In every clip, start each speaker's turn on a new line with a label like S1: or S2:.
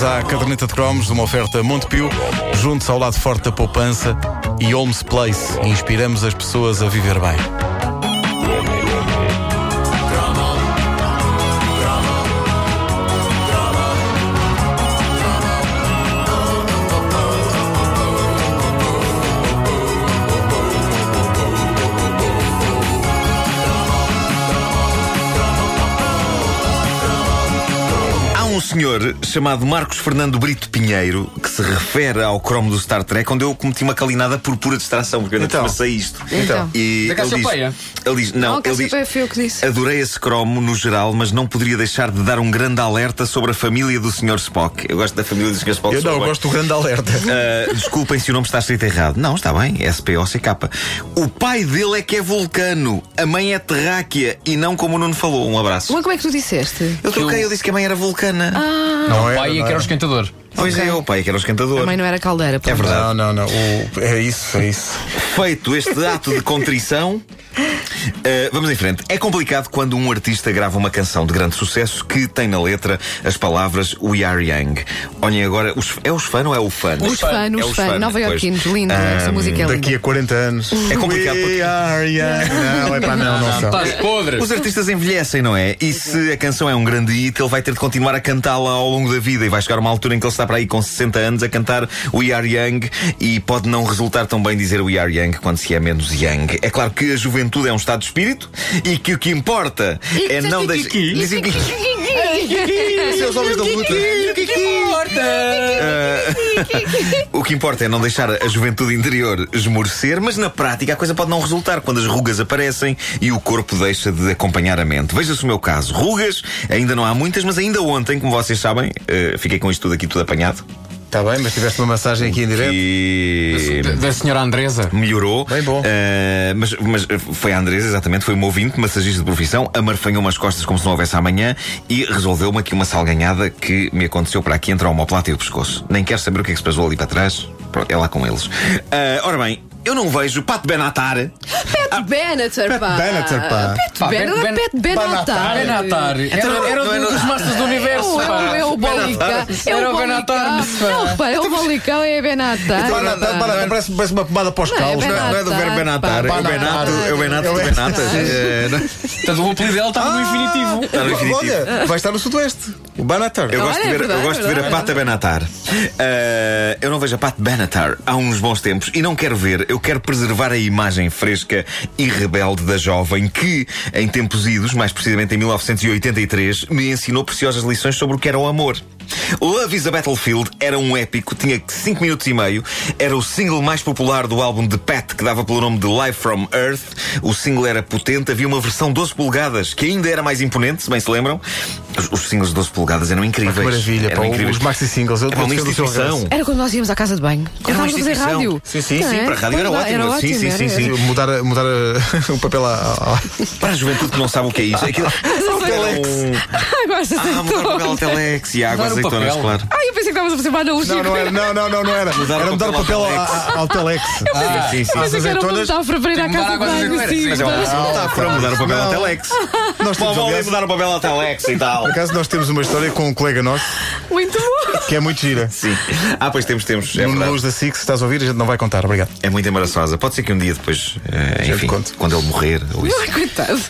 S1: à caderneta de cromos de uma oferta Montepio, junto ao lado forte da poupança e Holmes Place. Inspiramos as pessoas a viver bem.
S2: Há um senhor chamado Marcos Fernando Brito Pinheiro que se refere ao cromo do Star Trek, onde eu cometi uma calinada por pura distração, porque eu não
S1: Então.
S2: passei isto.
S1: Então.
S2: E ele,
S3: Da Cassiopeia?
S2: diz, ele diz: Não,
S4: Não,
S2: ele diz,
S4: Cassiopeia foi eu que disse.
S2: Adorei esse cromo no geral, mas não poderia deixar de dar um grande alerta sobre a família do Sr. Spock. Eu gosto da família do Sr. Spock.
S1: Eu
S2: sou
S1: não, eu
S2: bem.
S1: gosto do grande alerta.
S2: Ah, desculpem se o nome está escrito errado. Não, está bem. S-P-O-C-K. O pai dele é que é vulcano. A mãe é terráquea. E não como o Nuno falou. Um abraço.
S4: Mas como é que tu disseste?
S2: Eu troquei, eu disse que a mãe era vulcana.
S1: Não
S3: O pai é que era o esquentador.
S2: pois é, o pai é que era o esquentador.
S4: Também não era caldeira. pronto.
S2: É verdade.
S1: Não, não, não. O- É isso, é isso.
S2: Feito este ato de contrição, eh, vamos em frente. É complicado quando um artista grava uma canção de grande sucesso que tem na letra as palavras We Are Young. Olhem agora, os- é os fã ou é o fã?
S4: Os fãs,
S2: É
S4: os
S2: os
S4: fã,
S2: fãs,
S4: Nova Iorquinos, lindo,
S2: Ah,
S4: essa música é
S1: Daqui
S4: linda.
S1: a 40 anos.
S2: É complicado porque-
S1: We are young. Não, é pá, não, não são.
S3: Estás podre.
S2: Os artistas envelhecem, não é? E se a canção é um grande hit, ele vai ter de continuar a cantá-la ao longo da vida e vai chegar uma altura em que ele está para aí com 60 anos a cantar We Are Young e pode não resultar tão bem dizer We Are Young quando se é menos young. É claro que a juventude é um estado de espírito e que o que importa é não deixar. Dizem que- Seus homens é da luta. O que importa é não deixar a juventude interior esmorecer, mas na prática a coisa pode não resultar quando as rugas aparecem e o corpo deixa de acompanhar a mente. Veja-se o meu caso. Rugas, ainda não há muitas, mas ainda ontem, como vocês sabem, eh, fiquei com isto tudo aqui tudo apanhado.
S1: Está Tá bem, mas tiveste uma massagem aqui em direto.
S2: E.
S3: Da- Da senhora Andresa.
S2: Melhorou.
S1: Bem bom.
S2: Eh, mas, mas eh, foi a Andresa, exatamente, foi uma ouvinte, massagista de profissão, amarfanhou umas costas como se não houvesse amanhã e resolveu-me aqui uma salganhada que me aconteceu para aqui entre a omoplata e o pescoço. Nem quero saber o que é que se passou ali para trás. Pronto, é lá com eles. Eh, ora bem, eu não vejo Pato Benatar. Ah.
S4: Pet Benatar, pá.
S1: Benatar, pá.
S4: Pet
S3: Pá, Ben-
S4: Benatar, Pet Benatar.
S3: Benatar.
S2: Então,
S3: Era, era um dos Masters do
S4: É
S3: Universo.
S4: o, é o,
S3: pá.
S4: é o Bolicá. É
S3: Era
S4: o
S3: o Benatar.
S4: Bolicá. Não,
S2: Então,
S4: repara, é o Bolicá, é a
S1: Então,
S4: Benatar.
S1: Banatar, Banatar, parece, parece uma pomada para os
S4: Não, é
S1: calos.
S4: Benatar.
S2: Não é do verbo Benatar, é
S4: pá,
S2: o Benato,
S4: pá,
S2: é o Benato, do
S1: pá.
S2: Benatas. Eh, não-
S3: Portanto, o apelido dela
S2: Ah.
S3: estava no infinitivo.
S2: Está Tá no infinitivo.
S1: Olha, vai estar no Sudoeste. O Ah, Banatar.
S2: Eu,
S4: Olha,
S2: gosto, de
S4: é
S2: ver,
S4: verdade,
S2: eu gosto de ver a
S4: verdade.
S2: Pata Benatar. Eh, eu não vejo a Pata Benatar há uns bons tempos e não quero ver. Eu quero preservar a imagem fresca e rebelde da jovem que, em tempos idos, mais precisamente em 1983, me ensinou preciosas lições sobre o que era o amor. Love is a Battlefield era um épico, tinha 5 minutos e meio, era o single mais popular do álbum de Pat, que dava pelo nome de Live from Earth. O single era potente, havia uma versão 12 polegadas, que ainda era mais imponente, se bem se lembram. Os, os singles de 12 polegadas eram incríveis
S1: Que maravilha,
S2: eram
S1: pá,
S2: incríveis.
S1: os maxi singles, eu
S2: Era uma
S1: defendo o seu
S2: instituição.
S4: Era quando nós íamos à casa de banho. Quando
S2: Era uma
S4: estávamos a fazer
S2: instituição.
S4: rádio.
S2: Sim, sim,
S4: Não
S2: sim,
S4: é?
S2: para a rádio era
S4: Era
S2: ótimo. Sim,
S4: ótimo,
S2: sim,
S4: era-
S2: sim, sim.
S1: Mudar, a- mudar a- o papel à- à-
S2: Para a juventude que não sabe o que é isso. Aquilo... Um...
S4: Ah, gosto
S2: Ah, mudar o papel ao telex e água,
S3: Mudar o
S2: azeitonas,
S3: papel.
S2: claro.
S4: Ai, eu pensei que estavas a fazer uma analogia.
S1: Não, não era, não, não, não, não era.
S2: Mudar o
S1: era mudar o
S2: papel
S1: papel
S2: ao
S1: a- a- ao Telex.
S2: Ah, sim, sim.
S4: Eu pensei que era uma
S1: azeitonas-
S4: metáfora para ir à
S3: Tem que
S4: casa de
S3: mudar a
S4: banho.
S3: água
S4: sim.
S3: das
S2: Mas é uma
S1: Não,
S2: metáfora mudar o papel
S1: não.
S2: ao telex.
S1: Nós
S2: Bom,
S1: temos,
S2: vou ali
S1: aliás, por
S2: mudar o papel ao telex e tal.
S1: acaso nós temos uma história com um colega nosso
S4: Muito bom.
S1: que é muito gira.
S2: Sim. Ah, pois temos, temos. É,
S1: No
S2: verdade.
S1: Luz da Six, se estás a ouvir, a gente não vai contar, obrigado.
S2: é muito embaraçosa. Pode ser que um dia depois, eh,
S1: Já te
S2: enfim,
S1: conto.
S2: quando ele morrer, ou isso.
S4: Ai, coitado.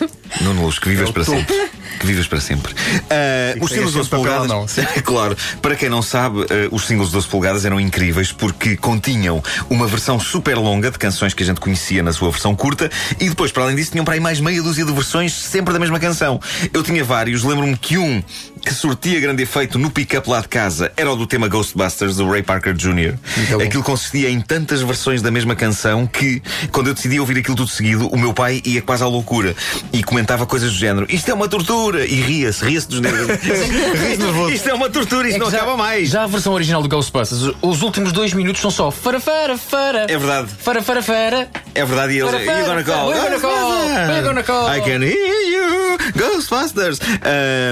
S2: Nuno Luz, que vivas
S1: É o
S2: para
S1: topo.
S2: sempre. Que vivas para sempre. Ah,
S1: tenhas
S2: os singles
S1: sempre
S2: 12
S1: papel,
S2: polegadas.
S1: não. Sim.
S2: claro, para quem não sabe, ah, os singles 12 polegadas eram incríveis porque continham uma versão super longa de canções que a gente conhecia na sua versão curta e depois, para além disso, tinham para aí mais meia dúzia de versões sempre da mesma canção. Eu tinha vários, lembro-me que um que sortia grande efeito no pick-up lá de casa era o do tema Ghostbusters do Ray Parker Jr.
S1: Muito bom.
S2: Aquilo consistia em tantas versões da mesma canção que, quando eu decidi ouvir aquilo tudo seguido, o meu pai ia quase à loucura e comentava coisas do género: Isto é uma tortura! E ria-se, ria-se dos nervos.
S1: Riso nervoso.
S2: Isto é uma tortura, isto não acaba mais.
S3: Já a versão original do Ghostbusters, os últimos dois minutos são só fara fara fara.
S2: É verdade.
S3: Fara fara fara.
S2: É verdade, e eles.
S3: Para, para,
S2: You're gonna call.
S3: we're gonna call, we're gonna call."
S2: I can hear you. Ghostbusters.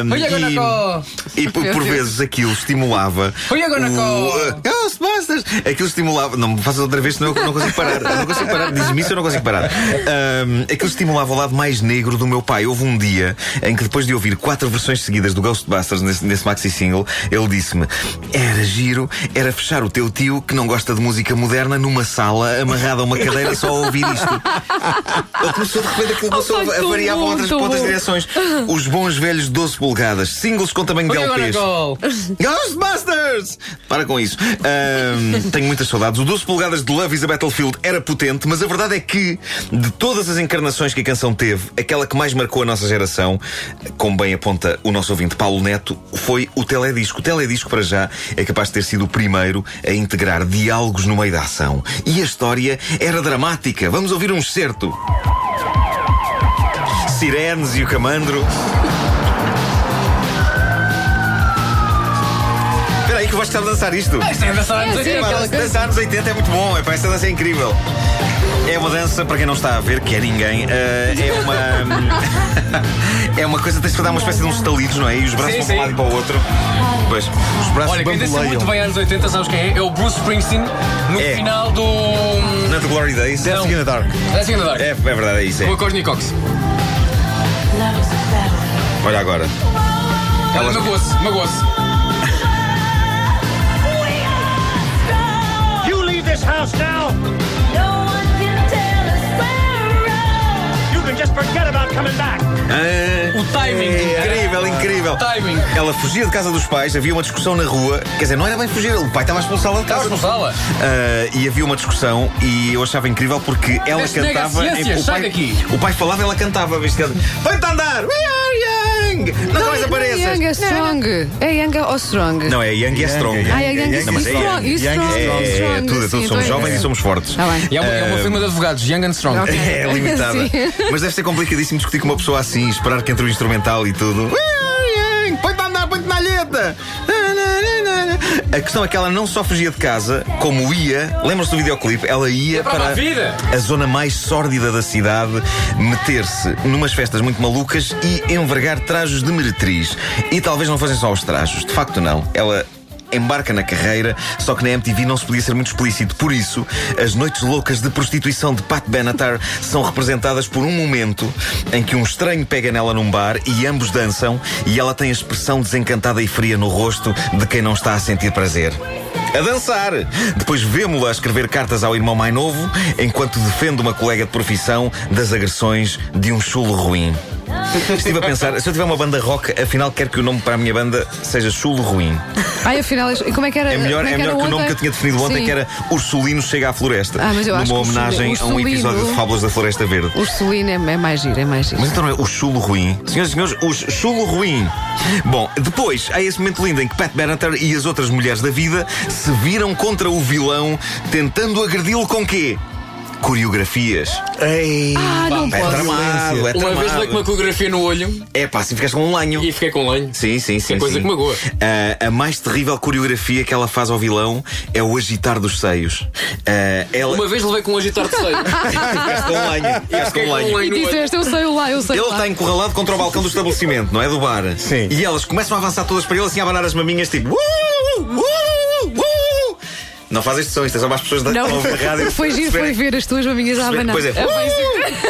S2: Um,
S3: We're gonna
S2: e-
S3: call.
S2: E por, por vezes aquilo estimulava.
S3: We're gonna
S2: o- eh,
S3: call.
S2: Ghostbusters! Aquilo estimulava. Não me faças outra vez, senão eu não consigo parar. Eu não consigo parar. Diz-me isso, eu não consigo parar. Ahm, aquilo estimulava o lado mais negro do meu pai. Houve um dia em que, depois de ouvir quatro versões seguidas do Ghostbusters nesse, nesse maxi single, ele disse-me: Era giro, era fechar o teu tio que não gosta de música moderna numa sala amarrado a uma cadeira só a ouvir isto. Ele começou de repente aquilo começou
S4: Opa,
S2: a
S4: Oh, tão
S2: variar para
S4: bom,
S2: outras,
S4: tão
S2: para outras
S4: bom.
S2: direções. Os bons velhos 12 polegadas, singles com tamanho de
S3: We're gonna
S2: LPs.
S3: call.
S2: Ghostbusters! Para com isso. Ahm, tenho muitas saudades. O 12 polegadas de Love is a Battlefield era potente, mas a verdade é que, de todas as encarnações que a canção teve, aquela que mais marcou a nossa geração, como bem aponta o nosso ouvinte Paulo Neto, foi o teledisco. O teledisco, para já, é capaz de ter sido o primeiro a integrar diálogos no meio da ação. E a história era dramática. Vamos ouvir um certo. Sirenes e o Camandro. Espera aí que eu vou estar a dançar isto.
S3: Isto é dançar anos
S4: É, sim,
S3: 80.
S4: aquela
S2: Pá, dançar nos 80 é muito bom, é, pá, esta dança é incrível. É uma dança, para quem não está a ver, que é ninguém, eh, é uma. é uma coisa, tens que dar uma espécie de uns estalidos, não é? E os braços vão para
S3: Sim,
S2: um
S3: sim.
S2: lado e para o outro. Pois, os braços
S3: Olha, quem disse muito bem anos 80, sabes quem é? É o Bruce Springsteen no
S2: É.
S3: final do. assim,
S2: Na The Glory Days.
S3: Não.
S1: Seguindo a Dark.
S3: Da segunda Dark.
S2: É, é verdade, é isso. é.
S3: Com a Courtney Cox.
S2: Olha agora.
S3: Ela
S2: Ela-
S3: magoou-se, magoou-se.
S5: You leave this house now.
S6: No one can tell us where we're wrong.
S5: You can just forget about coming back.
S2: Ah,
S3: O timing.
S2: Incrível, incrível.
S3: Timing.
S2: Ela fugia de casa dos pais, havia uma discussão na rua. Quer dizer, não era bem fugir, o pai estava a expulsá-la de
S3: Estava
S2: casa.
S3: a expulsá-la.
S2: Ah, e havia uma discussão e eu achava incrível porque ela
S3: Este nega
S2: cantava.
S3: ciências,
S2: o,
S3: sai
S2: pai,
S3: daqui.
S2: o pai falava e ela cantava. viste? Ela- Vai-te andar! We are young! Nunca mais apareças!
S4: Young é strong. É Young ou strong?
S2: Não, é young e é strong.
S4: Ah, é Young e
S2: Não, mas é
S4: strong. E
S2: young.
S4: strong.
S2: É,
S4: strong,
S2: é, é
S4: strong,
S2: tudo, é tudo.
S4: sim,
S2: Somos
S4: então é-
S2: jovens e somos fortes.
S4: Tá bem.
S3: E é uma, é uma firma de advogados, Young and Strong.
S4: Ok.
S2: É limitada.
S4: Sim.
S2: Mas deve ser complicadíssimo discutir com uma pessoa assim, esperar que entre o instrumental e tudo. Põe-te a andar, põe-te na alheta! A questão é que ela não só fugia de casa, como ia, lembram-se do videoclipe, ela ia
S3: Ia É para a má vida.
S2: a zona mais sórdida da cidade, meter-se numas festas muito malucas e envergar trajos de meretriz. E talvez não fossem só os trajos, de facto não. Ela embarca na carreira, só que na MTV não se podia ser muito explícito. Por isso, as noites loucas de prostituição de Pat Benatar são representadas por um momento em que um estranho pega nela num bar e ambos dançam e ela tem a expressão desencantada e fria no rosto de quem não está a sentir prazer a dançar. Depois vemo-la a escrever cartas ao irmão mais novo, enquanto defende uma colega de profissão das agressões de um chulo ruim. Estive a pensar, se eu tiver uma banda rock, afinal quero que o nome para a minha banda seja Chulo Ruim.
S4: Ai, afinal, e como é que era?
S2: É melhor, é
S4: como que era
S2: melhor que o nome
S4: ontem?
S2: que eu tinha definido ontem,
S4: Sim.
S2: que era Ursulino Chega à Floresta.
S4: Ah, mas eu acho
S2: numa
S4: que
S2: homenagem
S4: Ursulino-
S2: a um episódio de
S4: Ursulino-
S2: Fábulas da Floresta Verde.
S4: Ursulino é, é mais giro, é mais giro.
S2: Mas então não é o chulo ruim? Senhoras e senhores, o chulo ruim. Bom, depois há esse momento lindo em que Pat Benatar e as outras mulheres da vida se viram contra o vilão, tentando agredi-lo com quê? Coreografias.
S1: Ei.
S4: ah, não
S2: É
S4: posso.
S2: tramado, é
S3: Uma vez dei com uma
S2: tramado.
S3: coreografia no olho
S2: É pá, assim ficaste com um lanho.
S3: e fiquei com lenho.
S2: Sim, sim, sim.
S3: é coisa
S2: sim.
S3: que magoa.
S2: Ah, a mais terrível coreografia que ela faz ao vilão é o agitar dos seios. Ah, ela.
S3: Uma vez levei com um agitar de seio.
S2: Ficaste com um lanho. Ficaste com
S3: Fiquei
S2: um lanho.
S3: com um
S4: E
S3: lenho no olho.
S4: disseste, eu sei lá, eu sei
S2: Ele
S4: lá.
S2: está encurralado contra o balcão do estabelecimento, não é? Do bar.
S1: Sim.
S2: E elas começam a avançar todas para ele assim a abanar as maminhas, tipo. "Uh, uh, uh". Não faz este som, isto é só para as pessoas da
S4: Não,
S2: ouvem a rádio.
S4: foi giro, foi
S2: perceberem-
S4: ver as tuas maminhas a
S2: perceberem-
S4: abanar.
S2: Pois é. "Uh, uh,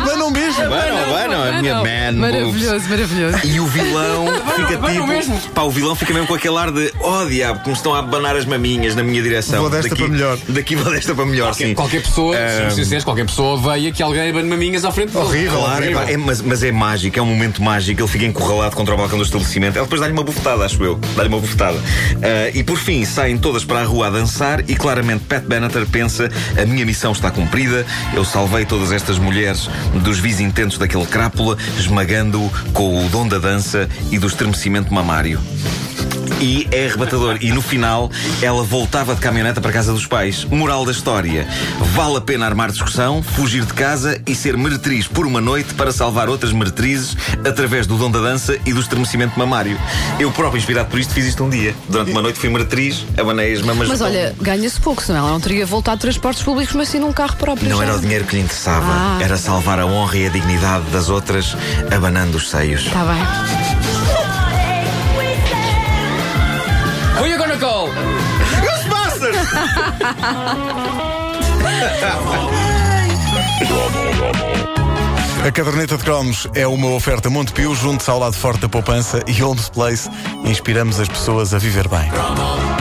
S2: uh,
S1: Manda um beijo.
S2: uh". Banam, banam, a minha man boobs.
S4: Maravilhoso, maravilhoso.
S2: E o vilão fica
S3: vai
S2: tipo.
S3: no mesmo.
S2: Pá, o vilão fica mesmo com aquele ar de oh diabo, que me estão a abanar as maminhas na minha direção.
S1: Vou desta
S2: daqui,
S1: para melhor.
S2: Daqui vou desta para melhor, sim.
S3: Qualquer pessoa, se me disseres, qualquer pessoa veia que alguém bane maminhas à frente dele.
S1: Horrível,
S2: Claro,
S1: horrível.
S2: epá, é, mas, mas é mágico, é um momento mágico. Ele fica encurralado contra o balcão do estabelecimento. Ele depois dá-lhe uma bufetada, acho eu. Dá-lhe uma bufetada. Ah, e por fim, saem todas para a rua a dançar e claramente Pat Benatar pensa: a minha missão está cumprida. Eu salvei todas estas mulheres dos vis intentos daquele crápula, esmagando-o com o dom da dança e do estremecimento mamário. E é arrebatador. E no final, ela voltava de caminhoneta para a casa dos pais. Moral da história: vale a pena armar discussão, fugir de casa e ser meretriz por uma noite para salvar outras meretrizes através do dom da dança e do estremecimento mamário. Eu próprio, inspirado por isto, fiz isto um dia. Durante uma noite fui meretriz, abanei as mamas.
S4: Mas
S2: do-
S4: olha, ganha-se pouco, senão ela não teria voltado a transportes públicos, mas sim num carro próprio.
S2: Não
S4: já.
S2: era o dinheiro que lhe interessava,
S4: Ah.
S2: era salvar a honra e a dignidade das outras, abanando os seios.
S4: Tá bem.
S3: Who you gonna call?
S1: A caderneta de cromos é uma oferta Montepio junto ao lado forte da poupança e Holmes Place. Inspiramos as pessoas a viver bem.